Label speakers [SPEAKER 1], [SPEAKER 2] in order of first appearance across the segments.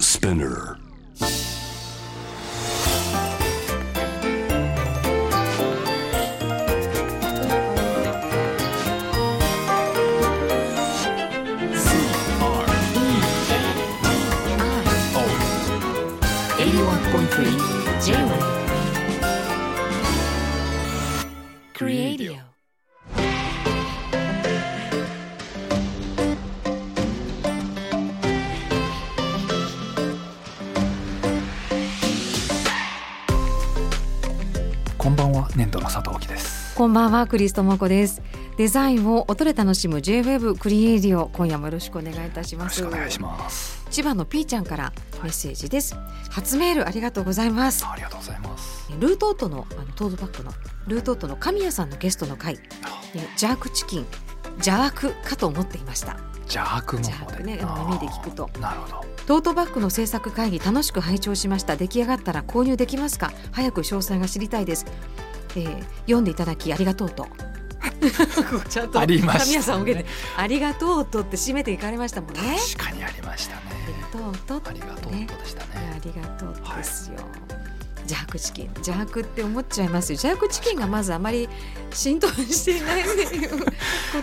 [SPEAKER 1] Spinner.
[SPEAKER 2] 81.3 J-Wave Creadio
[SPEAKER 3] こんばんは粘土の佐藤貴です
[SPEAKER 2] こんばんはクリストモコですデザインを音で楽しむ J-Wave クリエイディオ今夜もよろしくお願いいたし
[SPEAKER 3] よろ
[SPEAKER 2] ま
[SPEAKER 3] し
[SPEAKER 2] す
[SPEAKER 3] くお願いします
[SPEAKER 2] 千葉の P ちゃんからメッセージです初メールありがとうございます
[SPEAKER 3] ありがとうございます
[SPEAKER 2] ルートートのあのトートバッグのルートートの神谷さんのゲストの回えジャークチキンジャークかと思っていました
[SPEAKER 3] 邪悪の方
[SPEAKER 2] 邪悪
[SPEAKER 3] で
[SPEAKER 2] ね
[SPEAKER 3] あー
[SPEAKER 2] 耳で聞くと
[SPEAKER 3] なるほど
[SPEAKER 2] トートバッグの制作会議楽しく拝聴しました出来上がったら購入できますか早く詳細が知りたいです、えー、読んでいただきありがとうとちゃんと
[SPEAKER 3] ありましたね
[SPEAKER 2] 神谷さんを受けてありがとうとって締めていかれましたもんね
[SPEAKER 3] 確かにありましたね
[SPEAKER 2] ありがとうと
[SPEAKER 3] ありがとう
[SPEAKER 2] ね
[SPEAKER 3] とでした
[SPEAKER 2] いやあ
[SPEAKER 3] ね
[SPEAKER 2] りがとうですよ、邪悪チキン邪悪って思っちゃいますよ邪悪チキンがまずあまり浸透していないっていうこ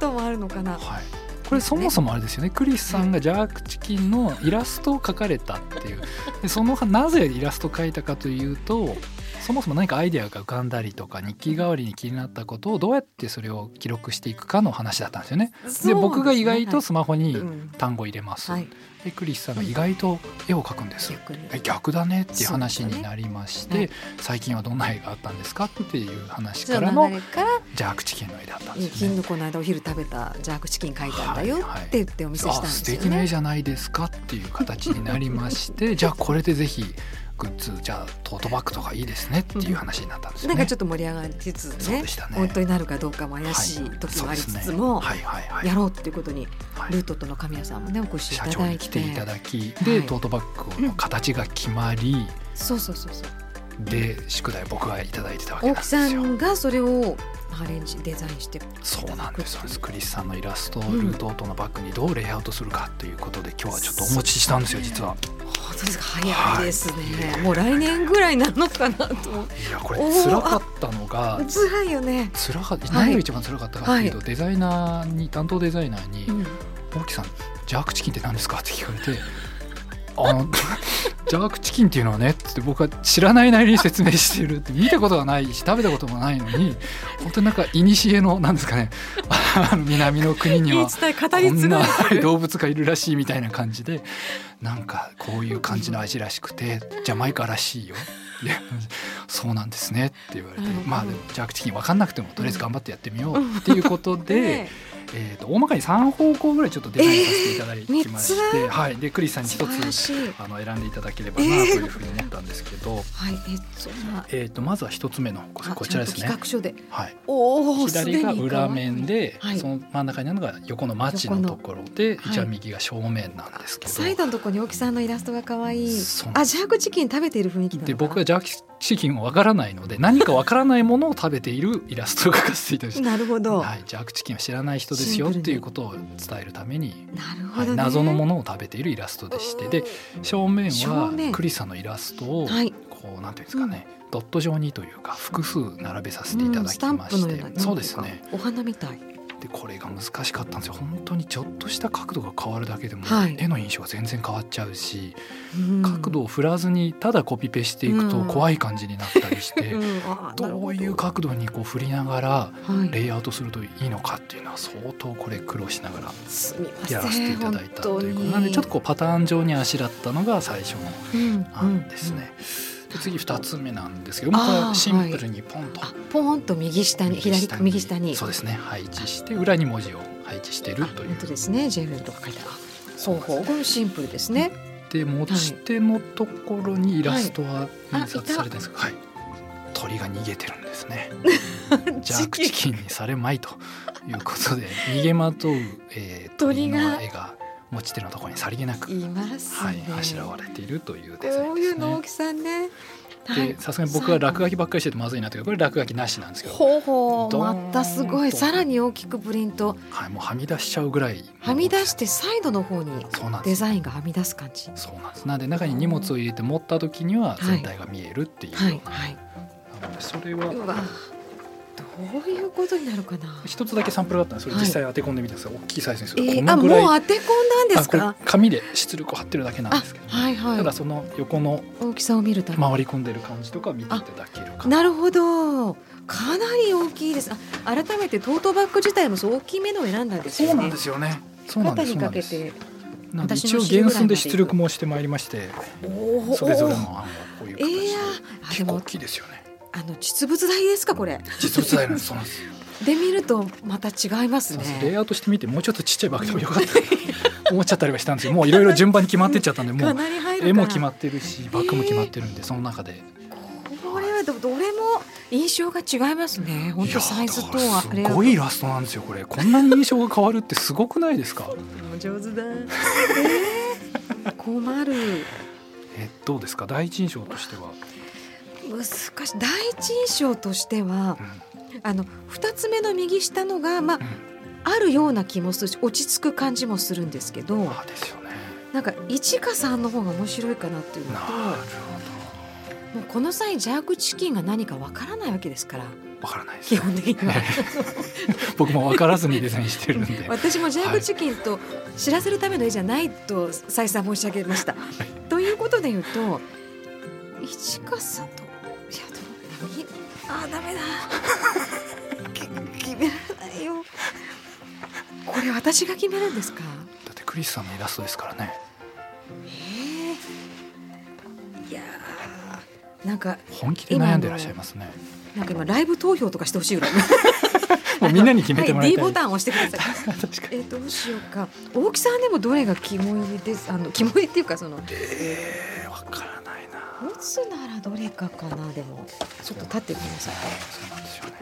[SPEAKER 2] ともあるのかな
[SPEAKER 3] はいこれそもそもあれですよねクリスさんが邪悪チキンのイラストを描かれたっていうでそのなぜイラスト描いたかというとそもそも何かアイデアが浮かんだりとか日記代わりに気になったことをどうやってそれを記録していくかの話だったんですよね。
[SPEAKER 2] そう
[SPEAKER 3] で
[SPEAKER 2] ですね
[SPEAKER 3] 僕が意外とスマホ
[SPEAKER 2] はい、う
[SPEAKER 3] に
[SPEAKER 2] ん
[SPEAKER 3] 単語入れます、
[SPEAKER 2] はい、
[SPEAKER 3] でクリスさんが意外と絵を描くんです、
[SPEAKER 2] 逆に
[SPEAKER 3] え逆だねっていう話になりまして、
[SPEAKER 2] そうです
[SPEAKER 3] 最近はどんな絵があったんですかっていう話
[SPEAKER 2] そ
[SPEAKER 3] から
[SPEAKER 2] の
[SPEAKER 3] の
[SPEAKER 2] 流れから
[SPEAKER 3] 邪悪チキンの絵だったんですよ
[SPEAKER 2] 金
[SPEAKER 3] ね。
[SPEAKER 2] のこの間お昼食べた邪悪チキン書いたんだよ
[SPEAKER 3] はいはい
[SPEAKER 2] って言ってお見せしたん
[SPEAKER 3] あ
[SPEAKER 2] です
[SPEAKER 3] 素
[SPEAKER 2] よ
[SPEAKER 3] 敵な絵
[SPEAKER 2] ね。
[SPEAKER 3] じゃないですかっていう形になりましてじゃあこれでぜひグッズじゃあトートバッグとかいいですねっていう話になったんですよ
[SPEAKER 2] な
[SPEAKER 3] ね。
[SPEAKER 2] んかちょっと盛り上がりつつ
[SPEAKER 3] そう
[SPEAKER 2] ね
[SPEAKER 3] でしたね
[SPEAKER 2] 本当になるかどうかも怪しい時もありつつも、
[SPEAKER 3] はいはいはい
[SPEAKER 2] やろうっていうことに
[SPEAKER 3] はい
[SPEAKER 2] ルートとの神谷さんもねお越しい
[SPEAKER 3] 社
[SPEAKER 2] た
[SPEAKER 3] 長
[SPEAKER 2] だ
[SPEAKER 3] に
[SPEAKER 2] い
[SPEAKER 3] 来
[SPEAKER 2] て
[SPEAKER 3] ていただき
[SPEAKER 2] は
[SPEAKER 3] で
[SPEAKER 2] い
[SPEAKER 3] トートバッグの形が決まり
[SPEAKER 2] そうそうそうそう
[SPEAKER 3] で宿題僕がいただいてたわけ
[SPEAKER 2] 大
[SPEAKER 3] なんで
[SPEAKER 2] 木
[SPEAKER 3] す
[SPEAKER 2] さ
[SPEAKER 3] よ。
[SPEAKER 2] んがそれをアレンジデザインして
[SPEAKER 3] そうなんですよ
[SPEAKER 2] こっち
[SPEAKER 3] クリスさんのイラストを
[SPEAKER 2] うん
[SPEAKER 3] ルートとのバッグにどうレイアウトするかということで今日はちょっとお持ちしたんですよ実は
[SPEAKER 2] 本当ですか早いですね、もう来年ぐらいなのかなと思って
[SPEAKER 3] いやこれ
[SPEAKER 2] おー
[SPEAKER 3] 辛かったのが
[SPEAKER 2] 辛いよね、
[SPEAKER 3] 辛かった
[SPEAKER 2] はい
[SPEAKER 3] 何が一番辛かったかっていうとデザイナーに担当デザイナーに
[SPEAKER 2] うん、
[SPEAKER 3] 「大木さんジャークチキンって何ですか?」って聞かれて「あの ジャークチキンっていうのはね」って僕は知らないなりに説明してるって見たことがないし食べたこともないのに本当になんかいにしえのなんですかね あの南の国に
[SPEAKER 2] 言い
[SPEAKER 3] は
[SPEAKER 2] 伝え語
[SPEAKER 3] こ
[SPEAKER 2] り
[SPEAKER 3] ん
[SPEAKER 2] 継が
[SPEAKER 3] な
[SPEAKER 2] れてる
[SPEAKER 3] 動物がいるらしいみたいな感じでなんかこういう感じの味らしくてジャマイカらしいよいやそうなんですねって言われて
[SPEAKER 2] なるほど
[SPEAKER 3] まあでもジャークチキン分かんなくてもとりあえず頑張ってやってみようっていうことで、
[SPEAKER 2] ね
[SPEAKER 3] えー、と大まかに3方向ぐらいちょっとデザインさせていただ
[SPEAKER 2] えー
[SPEAKER 3] きまして、
[SPEAKER 2] 三
[SPEAKER 3] はい、でクリスさんに
[SPEAKER 2] 素晴ら
[SPEAKER 3] 一つ
[SPEAKER 2] しい
[SPEAKER 3] あの選んでいただければなというふうに思ったんですけど、
[SPEAKER 2] はいえそんな
[SPEAKER 3] えー、とまずは一つ目のこ
[SPEAKER 2] あ
[SPEAKER 3] こちらです
[SPEAKER 2] ちゃんと企。
[SPEAKER 3] ね
[SPEAKER 2] 画書で
[SPEAKER 3] はい
[SPEAKER 2] おお
[SPEAKER 3] 左が裏面で、
[SPEAKER 2] はい
[SPEAKER 3] その真ん中にあるのが横のマッチのところで、
[SPEAKER 2] 横の
[SPEAKER 3] 一
[SPEAKER 2] は
[SPEAKER 3] 番
[SPEAKER 2] い
[SPEAKER 3] 右が正面なんですけど、
[SPEAKER 2] サイドのとこに大木さんのイラストが可愛い
[SPEAKER 3] そうなん
[SPEAKER 2] あ
[SPEAKER 3] です
[SPEAKER 2] ジャークチキン食べている雰囲気なのか
[SPEAKER 3] で
[SPEAKER 2] な
[SPEAKER 3] 僕はジャーキチキンをわからないの で何かわからないものを食べているイラストを描かせていただきまし
[SPEAKER 2] なるほ
[SPEAKER 3] た、
[SPEAKER 2] ど、
[SPEAKER 3] はい、ジャークチキンは知らない人です
[SPEAKER 2] シン
[SPEAKER 3] よ
[SPEAKER 2] プルに
[SPEAKER 3] っていうことを伝えるために、
[SPEAKER 2] なるほ
[SPEAKER 3] は
[SPEAKER 2] ど、ね
[SPEAKER 3] い、謎のものを食べているイラストでしてで正面
[SPEAKER 2] 正
[SPEAKER 3] は
[SPEAKER 2] 面
[SPEAKER 3] クリさんのイラストを
[SPEAKER 2] はい
[SPEAKER 3] こうなんていうんですかね、ドット状にというか複数並べさせていた
[SPEAKER 2] う
[SPEAKER 3] だ
[SPEAKER 2] んス
[SPEAKER 3] き
[SPEAKER 2] タン
[SPEAKER 3] ま
[SPEAKER 2] プ
[SPEAKER 3] し
[SPEAKER 2] のような
[SPEAKER 3] て、
[SPEAKER 2] なんていか
[SPEAKER 3] そうですね
[SPEAKER 2] お花みたい
[SPEAKER 3] でこれが難しかったんですよ本当にちょっとした角度が変わるだけでも、
[SPEAKER 2] はい
[SPEAKER 3] 絵の印象が全然変わっちゃうし、
[SPEAKER 2] うん
[SPEAKER 3] 角度を振らずにただコピペしていくと
[SPEAKER 2] うん
[SPEAKER 3] 怖い感じになったりし て、
[SPEAKER 2] うんあーなる
[SPEAKER 3] ど
[SPEAKER 2] ほ
[SPEAKER 3] ういう角度にこう振りながら
[SPEAKER 2] はい
[SPEAKER 3] レイアウトするといいのかっていうのは相当これ苦労しながら
[SPEAKER 2] すみません
[SPEAKER 3] やらせていただいたということ
[SPEAKER 2] 本当に
[SPEAKER 3] なのでちょっとこうパターン上にあしらったのが最初の
[SPEAKER 2] う
[SPEAKER 3] 案ですね。で次2つ目なんですけども
[SPEAKER 2] あー
[SPEAKER 3] これはシンプルにポンと
[SPEAKER 2] あポンと右下に左右下に
[SPEAKER 3] そうですね配置して裏に文字を配置してる
[SPEAKER 2] あ
[SPEAKER 3] という
[SPEAKER 2] 本当ですね J 面とか書いてある
[SPEAKER 3] そ
[SPEAKER 2] そうう
[SPEAKER 3] なんです
[SPEAKER 2] これシンプルですね
[SPEAKER 3] で持ち手のところにイラストは
[SPEAKER 2] はい
[SPEAKER 3] 印刷されてるんですが、はい鳥が逃げてるんですねジャーク
[SPEAKER 2] チ
[SPEAKER 3] チキンにされまいということで逃げまとう、えー
[SPEAKER 2] 鳥
[SPEAKER 3] 鳥
[SPEAKER 2] が
[SPEAKER 3] の絵が持ち手のところにさりげなく、
[SPEAKER 2] います
[SPEAKER 3] はい
[SPEAKER 2] ね、
[SPEAKER 3] あしらわれているというデザイ
[SPEAKER 2] こ
[SPEAKER 3] ン
[SPEAKER 2] う
[SPEAKER 3] で
[SPEAKER 2] い
[SPEAKER 3] す
[SPEAKER 2] うの大
[SPEAKER 3] ね
[SPEAKER 2] きさんねはい
[SPEAKER 3] でさすがに僕は落書きばっかりしててまずいなというかこれ落書きなしなんですけど、
[SPEAKER 2] ほうほう
[SPEAKER 3] どー
[SPEAKER 2] ま
[SPEAKER 3] んと
[SPEAKER 2] たすごいさらに大きくプリント
[SPEAKER 3] はい、もうはみ出しちゃうぐらい
[SPEAKER 2] はみ出してサイドの方に
[SPEAKER 3] そうなんで
[SPEAKER 2] デ
[SPEAKER 3] す
[SPEAKER 2] ザインがはみ出す感じ
[SPEAKER 3] そうなんですなんで中に荷物を入れて持った時には全体が見えるっていうよう
[SPEAKER 2] はい
[SPEAKER 3] な、
[SPEAKER 2] はい
[SPEAKER 3] なのでそれは
[SPEAKER 2] うわどういうことになるかな
[SPEAKER 3] 一つだけサンプルがあったんでそれ実際当て込んでみたんですよ、大きいサイズにす
[SPEAKER 2] え
[SPEAKER 3] るとこ
[SPEAKER 2] ー、あ
[SPEAKER 3] の
[SPEAKER 2] も
[SPEAKER 3] ぐ
[SPEAKER 2] う
[SPEAKER 3] らい、
[SPEAKER 2] 当て込んだんで
[SPEAKER 3] あ
[SPEAKER 2] す
[SPEAKER 3] これ
[SPEAKER 2] か
[SPEAKER 3] 紙で出力を貼ってるだけなんですけど、
[SPEAKER 2] はいは
[SPEAKER 3] ただ
[SPEAKER 2] い
[SPEAKER 3] その横の
[SPEAKER 2] 大きさを見るため、
[SPEAKER 3] 回り込んでる感じとか見ていただけるか
[SPEAKER 2] なるほどかなり大きいですあ改めてトートバッグ自体もそう大きめのを選んだんです
[SPEAKER 3] そ
[SPEAKER 2] よ
[SPEAKER 3] う
[SPEAKER 2] ね
[SPEAKER 3] なんですよねそうなんで
[SPEAKER 2] 肩に
[SPEAKER 3] すそう
[SPEAKER 2] か
[SPEAKER 3] なんで
[SPEAKER 2] け
[SPEAKER 3] す
[SPEAKER 2] て
[SPEAKER 3] なんで
[SPEAKER 2] 私
[SPEAKER 3] 一
[SPEAKER 2] の
[SPEAKER 3] 応
[SPEAKER 2] 肘ぐらい
[SPEAKER 3] 原
[SPEAKER 2] ま
[SPEAKER 3] 寸
[SPEAKER 2] で
[SPEAKER 3] で出力もしてまいりまして
[SPEAKER 2] おー
[SPEAKER 3] それぞれのあのこういう
[SPEAKER 2] え
[SPEAKER 3] 形で、
[SPEAKER 2] ー、あで
[SPEAKER 3] 結構大
[SPEAKER 2] も
[SPEAKER 3] きいですよね
[SPEAKER 2] あの実物大ですかこれ
[SPEAKER 3] 実物大なんです そうなんです
[SPEAKER 2] で見るとまた違います
[SPEAKER 3] そう
[SPEAKER 2] ね
[SPEAKER 3] ですレイアウトしてみてもうちょっとちっちゃいバッグでもよかっ たと思っちゃったりはしたんですよもういろいろ順番に決まってっちゃったんでも
[SPEAKER 2] か
[SPEAKER 3] う
[SPEAKER 2] なり入るから
[SPEAKER 3] 絵も決まってるしバッグも決まってるんでその中で
[SPEAKER 2] これはどどれも印象が違いますね本当サイズと
[SPEAKER 3] いや
[SPEAKER 2] は
[SPEAKER 3] だ
[SPEAKER 2] あ
[SPEAKER 3] から
[SPEAKER 2] れ
[SPEAKER 3] すごいイラストなんですよこれこんなに印象が変わるってすごくないです か
[SPEAKER 2] 上手だえー困る
[SPEAKER 3] えどうですか第一印象としては、
[SPEAKER 2] 難しい第一印象としては
[SPEAKER 3] うん
[SPEAKER 2] あの2つ目の右下のが、まあ、あるような気もするし落ち着く感じもするんですけど
[SPEAKER 3] あですよね
[SPEAKER 2] なんか一華さんの方が面白いかなっていうの
[SPEAKER 3] な
[SPEAKER 2] と
[SPEAKER 3] る
[SPEAKER 2] もうこの際ジャークチキンが何かわからないわけですから
[SPEAKER 3] ほどわからないです
[SPEAKER 2] 基本的には
[SPEAKER 3] 僕も分からずにデザインしてるん で
[SPEAKER 2] 私もジャークチキンと知らせるための絵じゃないと再三申し上げました。ということで言うと一華さんといやでも右あーダメだき 決められないよこれ私が決めるんですか
[SPEAKER 3] だってクリスさんのイラストですからね
[SPEAKER 2] えーいやーなんか
[SPEAKER 3] 本気で悩んでらっしゃいますね
[SPEAKER 2] なんか今ライブ投票とかしてほしいぐらい
[SPEAKER 3] もうみんなに決めてもらいたい、
[SPEAKER 2] はい、D ボタンを押してください
[SPEAKER 3] 確かに
[SPEAKER 2] えー、どうしようか大木さんでもどれがキモいですあのキモいっていうかその
[SPEAKER 3] えー、分からないな
[SPEAKER 2] 持つならどれかかなでもちょっと立ってみてください
[SPEAKER 3] そうなんですよね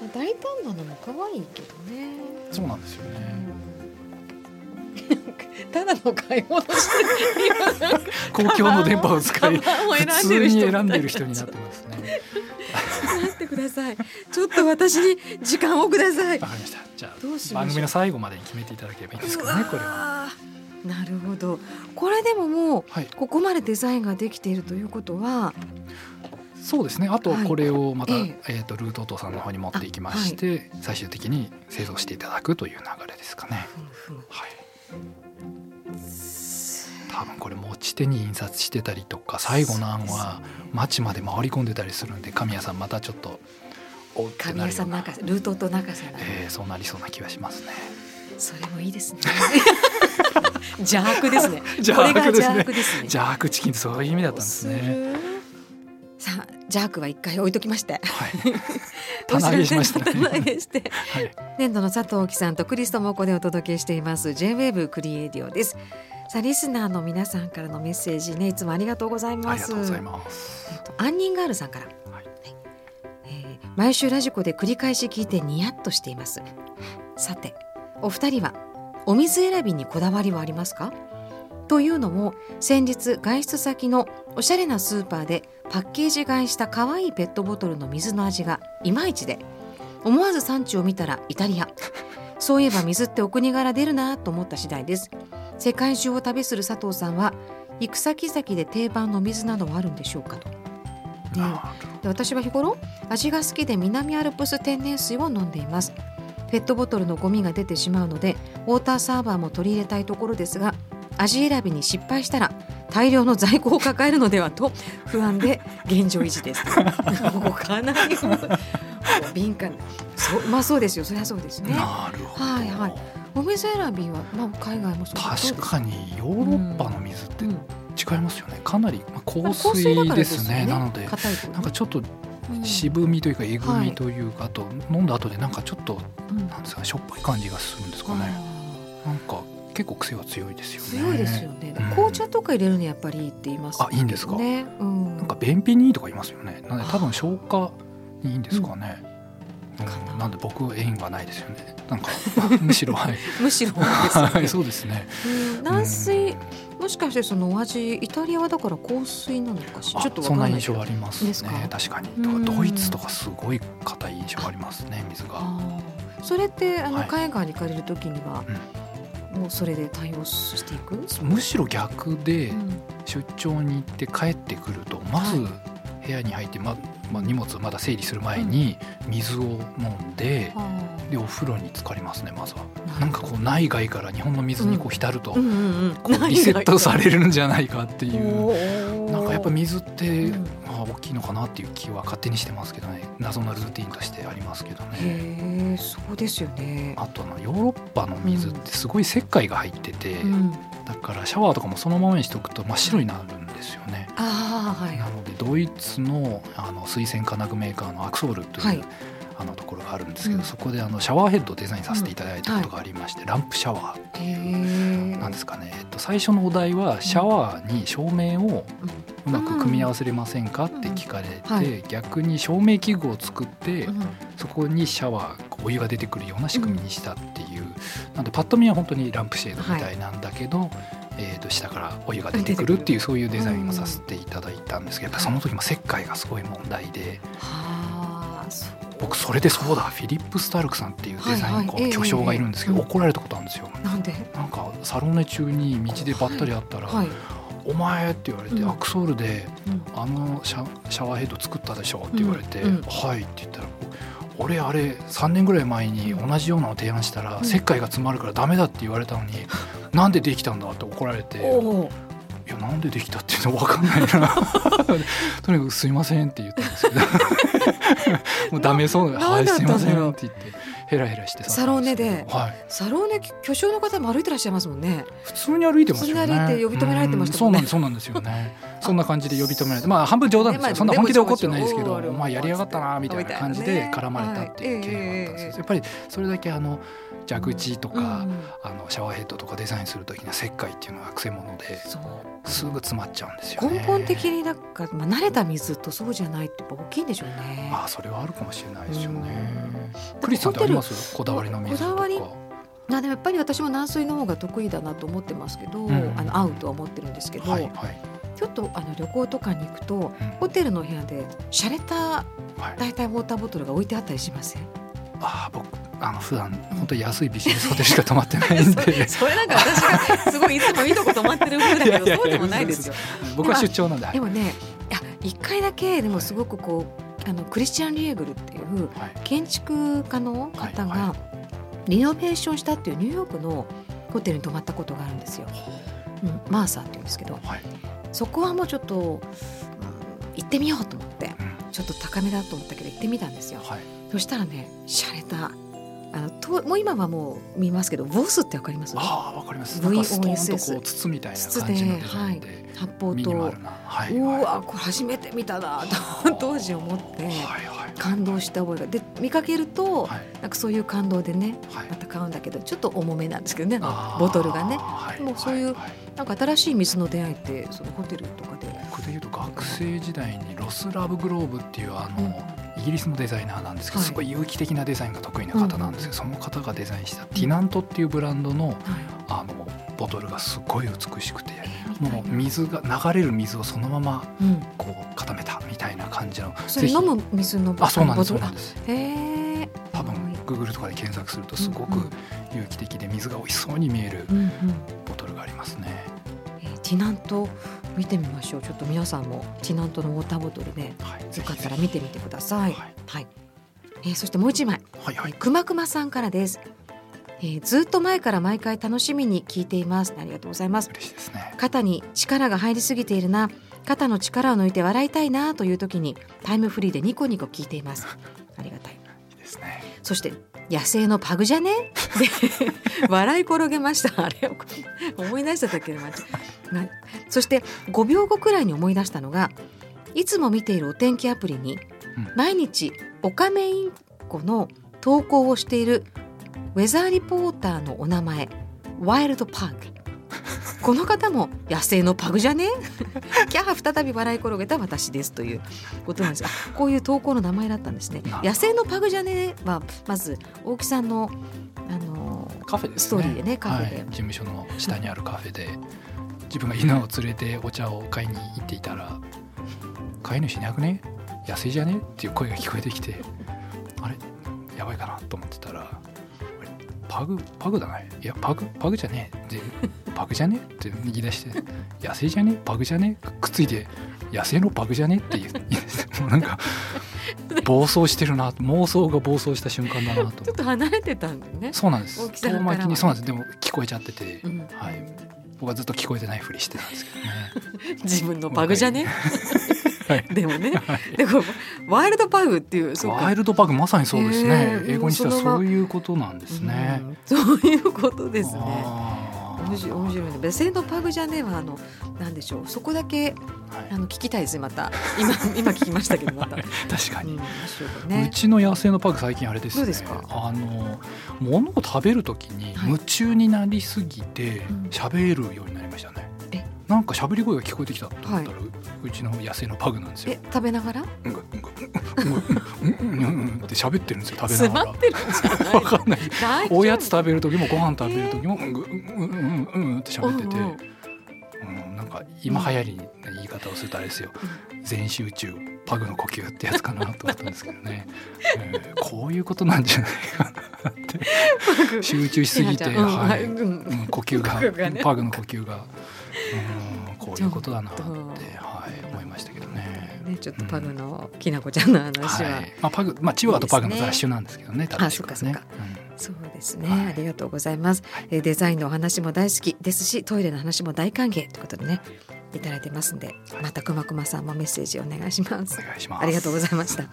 [SPEAKER 2] まあ大胆なのも可愛いけどね
[SPEAKER 3] そうなんですよね
[SPEAKER 2] ただの買い物してる今なんか
[SPEAKER 3] 公共の電波を 使い
[SPEAKER 2] カバンを
[SPEAKER 3] 普
[SPEAKER 2] 選んで
[SPEAKER 3] 通
[SPEAKER 2] る
[SPEAKER 3] に
[SPEAKER 2] 人みたい
[SPEAKER 3] 選んでる人になってますね
[SPEAKER 2] 待ってくださいちょっと私に時間をください
[SPEAKER 3] わかりましたじゃ
[SPEAKER 2] どうしましょう
[SPEAKER 3] あ番組の最後までに決めていただければいいですかねこれは
[SPEAKER 2] はなるほどこれでももう
[SPEAKER 3] はい
[SPEAKER 2] ここまでデザインができているということは
[SPEAKER 3] そうですねあと
[SPEAKER 2] はい
[SPEAKER 3] これをまた、
[SPEAKER 2] え
[SPEAKER 3] えーとルートトさんの方に持っていきまして、最終的に製造していただくという流れですかね
[SPEAKER 2] ふむふむ
[SPEAKER 3] はい多分これ持ち手に印刷してたりとか最後の案は町まで回り込んでたりするんで神谷さんまたちょっとおうって
[SPEAKER 2] 神
[SPEAKER 3] な
[SPEAKER 2] 谷
[SPEAKER 3] るよ
[SPEAKER 2] さ
[SPEAKER 3] うんな
[SPEAKER 2] 中ルートと中さん
[SPEAKER 3] えーそうなりそうな気がしますね
[SPEAKER 2] それもいいですね 邪悪ですね
[SPEAKER 3] 邪
[SPEAKER 2] これ
[SPEAKER 3] 悪
[SPEAKER 2] が
[SPEAKER 3] ですね
[SPEAKER 2] 邪悪ですね
[SPEAKER 3] ジャークチキンってそういう意味だったんですね
[SPEAKER 2] さあ邪悪は一回置いときまして
[SPEAKER 3] はい、 棚上げしましたね
[SPEAKER 2] お知らせの棚上げして
[SPEAKER 3] はい、
[SPEAKER 2] 年度の佐藤貴さんとクリストモコでお届けしています J-WAVE クリエイディオですさあリスナーの皆さんからのメッセージねいつもありがとうござい
[SPEAKER 3] あ
[SPEAKER 2] ま
[SPEAKER 3] りが
[SPEAKER 2] す
[SPEAKER 3] とうございます
[SPEAKER 2] えっとアンニンガールさんから、
[SPEAKER 3] はい
[SPEAKER 2] はいえー毎週ラジコで繰り返し聞いてニヤッとしていますさてお二人はお水選びにこだわりはありますかというのも先日外出先のおしゃれなスーパーでパッケージ買いした可愛いペットボトルの水の味がいまいちで思わず産地を見たらイタリアそういえば水ってお国柄出るなと思った次第です世界中を旅する佐藤さんは行く先々で定番の水などはあるんでしょうかとね
[SPEAKER 3] なる
[SPEAKER 2] で私は日頃味が好きで南アルプス天然水を飲んでいますペットボトルのゴミが出てしまうのでウォーターサーバーも取り入れたいところですが味選びに失敗したら大量の在庫を抱えるのではと不安で現状維持 ですもうかなりもう敏感そうまあそうですよそりゃそうですね
[SPEAKER 3] なるほど、
[SPEAKER 2] はいはいお店選びは、まあ、海外もそう
[SPEAKER 3] 確かにヨーロッパの水って
[SPEAKER 2] に、うん
[SPEAKER 3] 違いますよねかなりまあ香
[SPEAKER 2] まあ香
[SPEAKER 3] 水
[SPEAKER 2] 水だから
[SPEAKER 3] で
[SPEAKER 2] ですす
[SPEAKER 3] ね
[SPEAKER 2] ね
[SPEAKER 3] なので
[SPEAKER 2] 硬いとね
[SPEAKER 3] なんかちょっと
[SPEAKER 2] うん
[SPEAKER 3] 渋みというかえぐ
[SPEAKER 2] は
[SPEAKER 3] み
[SPEAKER 2] い
[SPEAKER 3] というか、あと飲んだ後でなんかちょっと
[SPEAKER 2] うん
[SPEAKER 3] なんですかねしょっぱい感じがするんですかね、なんか結構癖は強いですよね
[SPEAKER 2] 強いですよね、
[SPEAKER 3] うん
[SPEAKER 2] 紅茶とか入れるのやっぱりいいって言いますよ
[SPEAKER 3] あいいんですか
[SPEAKER 2] ね、うん、
[SPEAKER 3] なんか便秘にいいとか言いますよねなので多分消化にいいんですかね、うん
[SPEAKER 2] かな
[SPEAKER 3] なんで僕縁がないですよねなんかむしろはい
[SPEAKER 2] むしろですよね
[SPEAKER 3] はいそうですね
[SPEAKER 2] うん軟水もしかしてそのお味イタリアはだから香水なのかしらちょっとわか
[SPEAKER 3] そん
[SPEAKER 2] ん
[SPEAKER 3] な
[SPEAKER 2] ない
[SPEAKER 3] 印
[SPEAKER 2] けど
[SPEAKER 3] 象あります
[SPEAKER 2] ですか
[SPEAKER 3] ね確かにだか
[SPEAKER 2] うん
[SPEAKER 3] らドイツとかすごい硬い印象ありますね水が
[SPEAKER 2] あーそれってあの
[SPEAKER 3] はい
[SPEAKER 2] 海外に行かれる時には、もうそれで対応していく、
[SPEAKER 3] むしろ逆で
[SPEAKER 2] うん
[SPEAKER 3] 出張に行って帰ってくるとまず
[SPEAKER 2] は
[SPEAKER 3] 部屋に入ってまま荷物をまだ整理する前に水を飲んで
[SPEAKER 2] あ
[SPEAKER 3] でお風呂に浸かりますねまずは
[SPEAKER 2] ー
[SPEAKER 3] なんかこう内外から日本の水にこう浸ると
[SPEAKER 2] うん うん
[SPEAKER 3] こ
[SPEAKER 2] うん
[SPEAKER 3] うリセットされるんじゃないかっていう。
[SPEAKER 2] う
[SPEAKER 3] なんかやっぱ水って
[SPEAKER 2] うん、
[SPEAKER 3] まあ、大きいのかなっていう気は勝手にしてますけどね謎のルーティンとしてありますけどね
[SPEAKER 2] へえそうですよね。
[SPEAKER 3] あとあのヨーロッパの水ってすごい石灰が入ってて、
[SPEAKER 2] うん、
[SPEAKER 3] だからシャワーとかもそのままにしておくと真っ白になるんですよね、
[SPEAKER 2] ああはい
[SPEAKER 3] なのでドイツのあの水洗化学メーカーのアクソールという、
[SPEAKER 2] はい
[SPEAKER 3] あのところがあるんですけ
[SPEAKER 2] う
[SPEAKER 3] ど、
[SPEAKER 2] ん
[SPEAKER 3] そこであのシャワーヘッドをデザインさせていただいたことがありまして、ランプシャワー
[SPEAKER 2] へえ
[SPEAKER 3] なんですかね、えっと、最初のお題はシャワーに照明をうまく組み合わせれませんかって聞かれて、
[SPEAKER 2] うんはい
[SPEAKER 3] 逆に照明器具を作って、
[SPEAKER 2] うん
[SPEAKER 3] そこにシャワーお湯が出てくるような仕組みにしたっていう、なんでパッと見は本当にランプシェードみたいなんだけど、えー、と下からお湯が出てくるっていうそういうデザインをさせていただいたんですけどやっぱその時も石灰がすごい問題で
[SPEAKER 2] はあそう
[SPEAKER 3] 僕それでそうだフィリップ・スタルクさんっていうデザイン、
[SPEAKER 2] はいはい
[SPEAKER 3] こ
[SPEAKER 2] ええ
[SPEAKER 3] の巨匠がいるんですけど、
[SPEAKER 2] ええ
[SPEAKER 3] 怒られたことあるんですよ。
[SPEAKER 2] なんで
[SPEAKER 3] なんかサロネ中に道でばったり会ったら「
[SPEAKER 2] はい、
[SPEAKER 3] お前!」って言われて「
[SPEAKER 2] うん
[SPEAKER 3] アクソールで
[SPEAKER 2] うん
[SPEAKER 3] あのシャシャワーヘッド作ったでしょって言われて「
[SPEAKER 2] うんうん
[SPEAKER 3] はい」って言ったら「俺あれ3年ぐらい前に同じようなのを提案したら、
[SPEAKER 2] うん
[SPEAKER 3] 石灰が詰まるからダメだって言われ たのになんでできたんだって怒られて「い
[SPEAKER 2] おお
[SPEAKER 3] やなんでできたっていうの分か んないなとにかく「すいません」って言ったんですけどもうダメそうな
[SPEAKER 2] な
[SPEAKER 3] はい
[SPEAKER 2] なんだっ
[SPEAKER 3] す
[SPEAKER 2] た
[SPEAKER 3] い
[SPEAKER 2] んだろう
[SPEAKER 3] ません」って言ってヘラヘラして去ったんす
[SPEAKER 2] サ
[SPEAKER 3] けど
[SPEAKER 2] ロンネで
[SPEAKER 3] はい、
[SPEAKER 2] サロンね巨匠の方も歩いてらっしゃいますもんね。
[SPEAKER 3] 普通に歩いてました
[SPEAKER 2] 普
[SPEAKER 3] よね。
[SPEAKER 2] 通に歩いて呼び止められてましたもんね
[SPEAKER 3] うんそうなんです、そうなんです よね。そんな感じで呼び止められて、まあ半分冗談で
[SPEAKER 2] ね
[SPEAKER 3] す
[SPEAKER 2] まあ
[SPEAKER 3] よ。そんな本気で怒ってないですけ
[SPEAKER 2] でも
[SPEAKER 3] ど
[SPEAKER 2] で、も
[SPEAKER 3] まあやりやがったなみたいな感じで絡まれたっていう経緯があったんで
[SPEAKER 2] は
[SPEAKER 3] す
[SPEAKER 2] い
[SPEAKER 3] よ。やっぱりそれだけあの蛇口とか。
[SPEAKER 2] うん
[SPEAKER 3] あのシャワーヘッドとかデザインする時には石灰っていうのがくせ者で
[SPEAKER 2] そう
[SPEAKER 3] すぐ詰まっちゃうんですよ
[SPEAKER 2] 根
[SPEAKER 3] ね
[SPEAKER 2] 本的になんか、まあ、慣れた水とそうじゃないってやっぱ大きいんでしょうね。
[SPEAKER 3] ああそれはあるかもしれないですよね
[SPEAKER 2] ん
[SPEAKER 3] クリスさんってありますこだわりの水と
[SPEAKER 2] こだ
[SPEAKER 3] か
[SPEAKER 2] わりなでもやっぱり私も軟水の方が得意だなと思ってますけど、
[SPEAKER 3] ん
[SPEAKER 2] あの合うとは思ってるんですけど、
[SPEAKER 3] はいはい
[SPEAKER 2] ちょっとあの旅行とかに行くと
[SPEAKER 3] うん
[SPEAKER 2] ホテルの部屋で洒落た
[SPEAKER 3] はい
[SPEAKER 2] 大体ウォーターボトルが置いてあったりしません
[SPEAKER 3] ああ僕あの普段本当に安いビジネスホテルしか泊まってない ん で
[SPEAKER 2] それなんか私がすごいいつもいいとこ泊まってる風
[SPEAKER 3] いやいやいや
[SPEAKER 2] よ。
[SPEAKER 3] 僕は出張なんで
[SPEAKER 2] でもねいや一回だけでもすごくこう、あのクリスチャン・リエーグルっていう
[SPEAKER 3] はい
[SPEAKER 2] 建築家の方
[SPEAKER 3] はい
[SPEAKER 2] がリノベーションしたっていうニューヨークのホテルに泊まったことがあるんですよ。うん、マーサーって言うんですけど
[SPEAKER 3] はい
[SPEAKER 2] そこはもうちょっと、うん行ってみようと思って
[SPEAKER 3] うん
[SPEAKER 2] ちょっと高めだと思ったけど行ってみたんですよ。
[SPEAKER 3] はい
[SPEAKER 2] そしたらね洒落たあのともう今はもう見ますけどボスってわかります
[SPEAKER 3] ああわかりますなんかストーンとこ
[SPEAKER 2] VOSS
[SPEAKER 3] う筒みたいな感じのデザインで、
[SPEAKER 2] 発泡
[SPEAKER 3] ミ
[SPEAKER 2] と
[SPEAKER 3] ニマ
[SPEAKER 2] う
[SPEAKER 3] ルなはいはい
[SPEAKER 2] わこれ初めて見たなと当時思って
[SPEAKER 3] はいはい
[SPEAKER 2] 感動した覚えがで見かけると
[SPEAKER 3] はい
[SPEAKER 2] なんかそういう感動でね
[SPEAKER 3] はい
[SPEAKER 2] また買うんだけどちょっと重めなんですけどね
[SPEAKER 3] あー
[SPEAKER 2] ボトルがね
[SPEAKER 3] はい
[SPEAKER 2] もうそういう
[SPEAKER 3] はいはい
[SPEAKER 2] なんか新しい水の出会いってそのホテルとかで、
[SPEAKER 3] 僕でいうと学生時代にロス・ラブ・グローブっていうあ
[SPEAKER 2] うん
[SPEAKER 3] の、イギリスのデザイナーなんですけど、
[SPEAKER 2] はい
[SPEAKER 3] すごい有機的なデザインが得意な方なんですけど、その方がデザインしたティナントっていうブランドの
[SPEAKER 2] は
[SPEAKER 3] あのボトルがすごい美しくて
[SPEAKER 2] いえーみた
[SPEAKER 3] も
[SPEAKER 2] いうな
[SPEAKER 3] 水が流れる水をそのまま
[SPEAKER 2] うん、
[SPEAKER 3] こう固めたみたいな感じの
[SPEAKER 2] それ飲む水のボ
[SPEAKER 3] あそうなんです
[SPEAKER 2] ボ
[SPEAKER 3] そ
[SPEAKER 2] トル
[SPEAKER 3] うなんです
[SPEAKER 2] あへえ
[SPEAKER 3] 多分 Google とかで検索するとすご
[SPEAKER 2] うんうん
[SPEAKER 3] く有機的で水が美味しそうに見える
[SPEAKER 2] うんうん
[SPEAKER 3] ボトルがありますね
[SPEAKER 2] えーティナント見てみましょうちょっと皆さんもティナントのウォーターボトルね
[SPEAKER 3] はい
[SPEAKER 2] よかったら
[SPEAKER 3] ぜ
[SPEAKER 2] 見てみてください
[SPEAKER 3] ひぜひ
[SPEAKER 2] は
[SPEAKER 3] はい
[SPEAKER 2] い、えーそしてもう一枚
[SPEAKER 3] はいはい
[SPEAKER 2] くまくまさんからです、えーずっと前から毎回楽しみに聞いていますありがとうございます
[SPEAKER 3] 嬉しいですね
[SPEAKER 2] 肩に力が入りすぎているな肩の力を抜いて笑いたいなという時にタイムフリーでニコニコ聞いてい ますありがたい
[SPEAKER 3] いいですね
[SPEAKER 2] そして野生のパグじゃねで笑い転げましたあ れを思い出しただけで間違いなそして5秒後くらいに思い出したのがいつも見ているお天気アプリに
[SPEAKER 3] うん
[SPEAKER 2] 毎日オカメインコの投稿をしているウェザーリポーターのお名前ワイルドパグ この方も野生のパグじゃね キャー再び笑い転げた私ですということなんですあこういう投稿の名前だったんですね
[SPEAKER 3] なるほど
[SPEAKER 2] 野生のパグじゃねはまず大木さんのあの
[SPEAKER 3] カフェですね
[SPEAKER 2] ストーリーでねカフェで
[SPEAKER 3] はい、事務所の下にあるカフェで自分が犬を連れてお茶を買いに行っていたら「飼い主いなくね安いじゃね?」っていう声が聞こえてきてあれやばいかなと思ってたらあれ「パグパグだねいやパグパグじゃねえ」で「パグじゃね?」って言い出して「安いじゃねパグじゃね?」くっついて「安いのパグじゃね?」って言うもうなん か暴走してるな妄想が暴走した瞬間だなと
[SPEAKER 2] ちょっと離れてたんだよね。
[SPEAKER 3] そうなんです
[SPEAKER 2] 大きさから
[SPEAKER 3] 遠
[SPEAKER 2] は
[SPEAKER 3] 巻きにそうなんですでも聞こえちゃってて。
[SPEAKER 2] うん
[SPEAKER 3] はい僕はずっと聞こえてないふりしてたんですけどね。
[SPEAKER 2] 自分のパグじゃね。
[SPEAKER 3] はい
[SPEAKER 2] でもね、
[SPEAKER 3] はい
[SPEAKER 2] でもワイルドパグっていう、 そう
[SPEAKER 3] ワ
[SPEAKER 2] か
[SPEAKER 3] イ。ルドバグまさにそうですね
[SPEAKER 2] ね。え
[SPEAKER 3] 英語にしたら
[SPEAKER 2] もうそのま
[SPEAKER 3] そういうことなんですね
[SPEAKER 2] う。んそういうことですね。
[SPEAKER 3] あー
[SPEAKER 2] 面白い面白いね。別姓のパグじゃねえはあのなんでしょう。そこだけ
[SPEAKER 3] はい
[SPEAKER 2] あの聞きたいですねまた。 今今聞きましたけどまた。うん
[SPEAKER 3] 確かに。
[SPEAKER 2] 面白いよ
[SPEAKER 3] う
[SPEAKER 2] ね。
[SPEAKER 3] ちの野生のパグ最近あれです
[SPEAKER 2] どう
[SPEAKER 3] ね。
[SPEAKER 2] ですか
[SPEAKER 3] あの物を食べるときに
[SPEAKER 2] はい
[SPEAKER 3] 夢中になりすぎて
[SPEAKER 2] うん
[SPEAKER 3] 喋るようになりましたね
[SPEAKER 2] え。
[SPEAKER 3] なんか喋り声が聞こえてきたと思ったらううちの野生のパグなんですよ
[SPEAKER 2] え。食べながら？
[SPEAKER 3] うんうんうんうんうんうんうんって喋ってるんですよ食べ
[SPEAKER 2] 詰
[SPEAKER 3] なが
[SPEAKER 2] ま
[SPEAKER 3] ら
[SPEAKER 2] ってるんじゃな。い
[SPEAKER 3] わかんない。
[SPEAKER 2] 大丈夫
[SPEAKER 3] おやつ食べる時もご飯食べる時もうんぐうんうんうんうんって喋ってて、
[SPEAKER 2] う
[SPEAKER 3] うん
[SPEAKER 2] うん
[SPEAKER 3] ん、なんか今流行りな言い方をするとあれですよ全集中パグの呼吸ってやつかなと思ったんですけどね、 えーこういうことなんじゃないかなって
[SPEAKER 2] パグ
[SPEAKER 3] 集中しすぎて、
[SPEAKER 2] うん
[SPEAKER 3] は
[SPEAKER 2] う
[SPEAKER 3] い、
[SPEAKER 2] ん
[SPEAKER 3] う
[SPEAKER 2] うん
[SPEAKER 3] ん、呼吸
[SPEAKER 2] パグがね
[SPEAKER 3] がパグの呼吸が、うん、こういうことだなっ
[SPEAKER 2] ち
[SPEAKER 3] て、
[SPEAKER 2] ょっと
[SPEAKER 3] はい、思いましたけどね。
[SPEAKER 2] ね、ちょっとパグのきなこちゃんの話は、
[SPEAKER 3] はいまあ、パグ、まあ、チワワとパグの雑種なんですけどね。正しく
[SPEAKER 2] あ
[SPEAKER 3] はね
[SPEAKER 2] そっか
[SPEAKER 3] うん
[SPEAKER 2] そうですね、
[SPEAKER 3] はい
[SPEAKER 2] ありがとうございます、えーデザインのお話も大好きですしトイレの話も大歓迎ということでねいただいてますんでまたくまくまさんもメッセージお願いします
[SPEAKER 3] お願いします。
[SPEAKER 2] ありがとうございました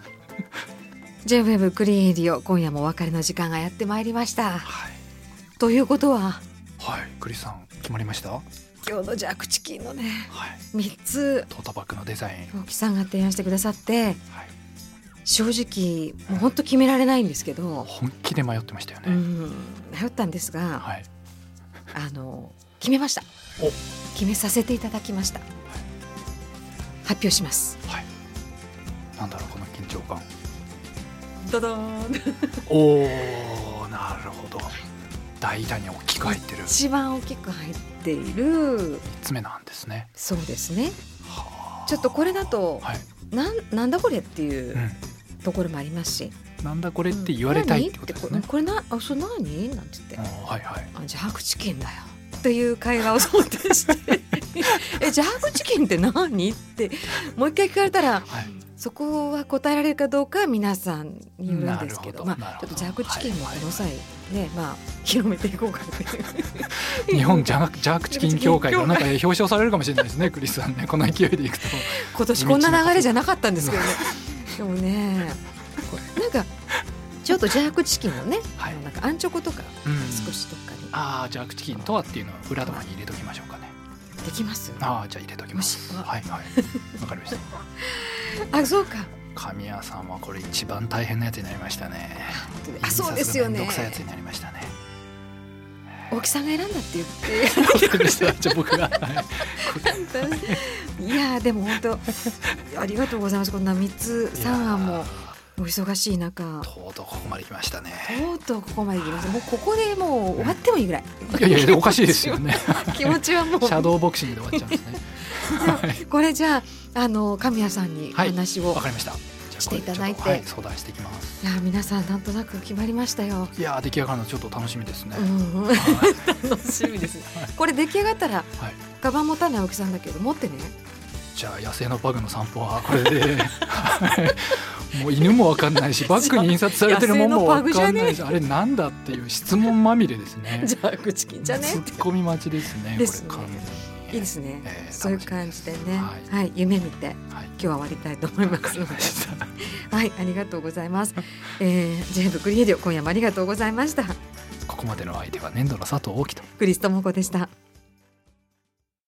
[SPEAKER 2] J-WEB クリーンエディオ今夜もお別れの時間がやってまいりました
[SPEAKER 3] はい。
[SPEAKER 2] ということは
[SPEAKER 3] はい、クリスさん決まりました。はい、
[SPEAKER 2] 今日のジャックチキンのね3つ
[SPEAKER 3] トートバッグのデザイン。
[SPEAKER 2] 青木さんが提案してくださって
[SPEAKER 3] はい、
[SPEAKER 2] 正直もう本当決められないんですけど、
[SPEAKER 3] 本気で迷ってましたよ
[SPEAKER 2] う
[SPEAKER 3] ね。
[SPEAKER 2] ん、迷ったんですが、
[SPEAKER 3] はい、
[SPEAKER 2] あの決めました
[SPEAKER 3] お
[SPEAKER 2] 決めさせていただきました発表します
[SPEAKER 3] はい。なんだろう、この緊張感。
[SPEAKER 2] ドドーン
[SPEAKER 3] おお、なるほど。大胆に大きく入ってる。三
[SPEAKER 2] 一番大きく入っている
[SPEAKER 3] つ目なんですね。
[SPEAKER 2] そうですね
[SPEAKER 3] はあ
[SPEAKER 2] ちょっとこれだと、
[SPEAKER 3] はい、。
[SPEAKER 2] なんなんだこれっていううんところもありますし、
[SPEAKER 3] なんだこれって言われたいってことです
[SPEAKER 2] 何
[SPEAKER 3] ね
[SPEAKER 2] って。これこれなあそれ何なんて言
[SPEAKER 3] う
[SPEAKER 2] って、
[SPEAKER 3] んはい はい。
[SPEAKER 2] あジャークチキンだよという会話を想定してえジャークチキンって何ってもう一回聞かれたら
[SPEAKER 3] はい。
[SPEAKER 2] そこは答えられるかどうかは皆さんによるんですけどま
[SPEAKER 3] なるほどな
[SPEAKER 2] あ、ちょっ
[SPEAKER 3] るほど
[SPEAKER 2] とジャークチキンもこの際ね、まあ広めていこうかという
[SPEAKER 3] 日本ジャークジャークチキン協会がなんか表彰されるかもしれないですね、クリスさん ね、この勢いでいくと。
[SPEAKER 2] 今年こんな流れじゃなかったんですけどねでもねなんかちょっとジャークチキンのね、
[SPEAKER 3] はい
[SPEAKER 2] なんかアンチョコとか
[SPEAKER 3] うん
[SPEAKER 2] 少しどっかに
[SPEAKER 3] ああ、ジャークチキンとはっていうのは裏とかに入れときましょうかね。
[SPEAKER 2] できます
[SPEAKER 3] ああ、じゃあ入れときます。
[SPEAKER 2] もし
[SPEAKER 3] はい はい。わかりました。
[SPEAKER 2] あそうか
[SPEAKER 3] 神谷さんはこれ一番大変なやつになりましたね。
[SPEAKER 2] あそうですよね
[SPEAKER 3] 印刷がめんどくさいやつになりましたね。
[SPEAKER 2] 大木さんが選んだって言
[SPEAKER 3] わかりましたじゃあ僕が。はい
[SPEAKER 2] っていやーでも本当ありがとうございますこんな3つ3案
[SPEAKER 3] いや
[SPEAKER 2] もお忙しい中
[SPEAKER 3] ーとうとうここまで来ましたね。
[SPEAKER 2] とうとうここまで来ました。もうここでもう終わってもいいぐらい。
[SPEAKER 3] いやいやいやおかしいですよね。
[SPEAKER 2] 気持ちはもう。
[SPEAKER 3] シャドーボクシングで終わっちゃうんですね。
[SPEAKER 2] これじゃあ、あの神谷さんにお
[SPEAKER 3] はい
[SPEAKER 2] 話を。
[SPEAKER 3] わかりました。じゃあ
[SPEAKER 2] していただいて
[SPEAKER 3] これちょっとはい相談していきます。
[SPEAKER 2] い、や、皆さんなんとなく決まりましたよ。
[SPEAKER 3] いやー出来上がるのちょっと楽しみですね
[SPEAKER 2] う。ん、楽
[SPEAKER 3] はい
[SPEAKER 2] しみですね。これ出来上がったら、
[SPEAKER 3] はい
[SPEAKER 2] カバン持たない青木さんだけど、持ってね。
[SPEAKER 3] じゃあ野生のバグの散歩はこれで はいもう犬もわかんないしバッグに印刷されてるもんもわかんないしあれなんだっていう質問まみれですね
[SPEAKER 2] じゃあ、口切っちゃね
[SPEAKER 3] ツ。ッコミ待ちですね
[SPEAKER 2] ですね
[SPEAKER 3] これ完全に
[SPEAKER 2] いいですね。
[SPEAKER 3] えー
[SPEAKER 2] そういう感じでね、は、
[SPEAKER 3] はいい
[SPEAKER 2] 夢見て、
[SPEAKER 3] はい
[SPEAKER 2] 今日は終わりたいと思い
[SPEAKER 3] わ
[SPEAKER 2] ま
[SPEAKER 3] か
[SPEAKER 2] す
[SPEAKER 3] り
[SPEAKER 2] の
[SPEAKER 3] ま
[SPEAKER 2] で。
[SPEAKER 3] した
[SPEAKER 2] はい、ありがとうございます。えー、ジェーブクリエディオ、今夜もありがとうございました。
[SPEAKER 3] ここまでの相手は粘土の佐藤大樹と
[SPEAKER 2] クリストモコでした。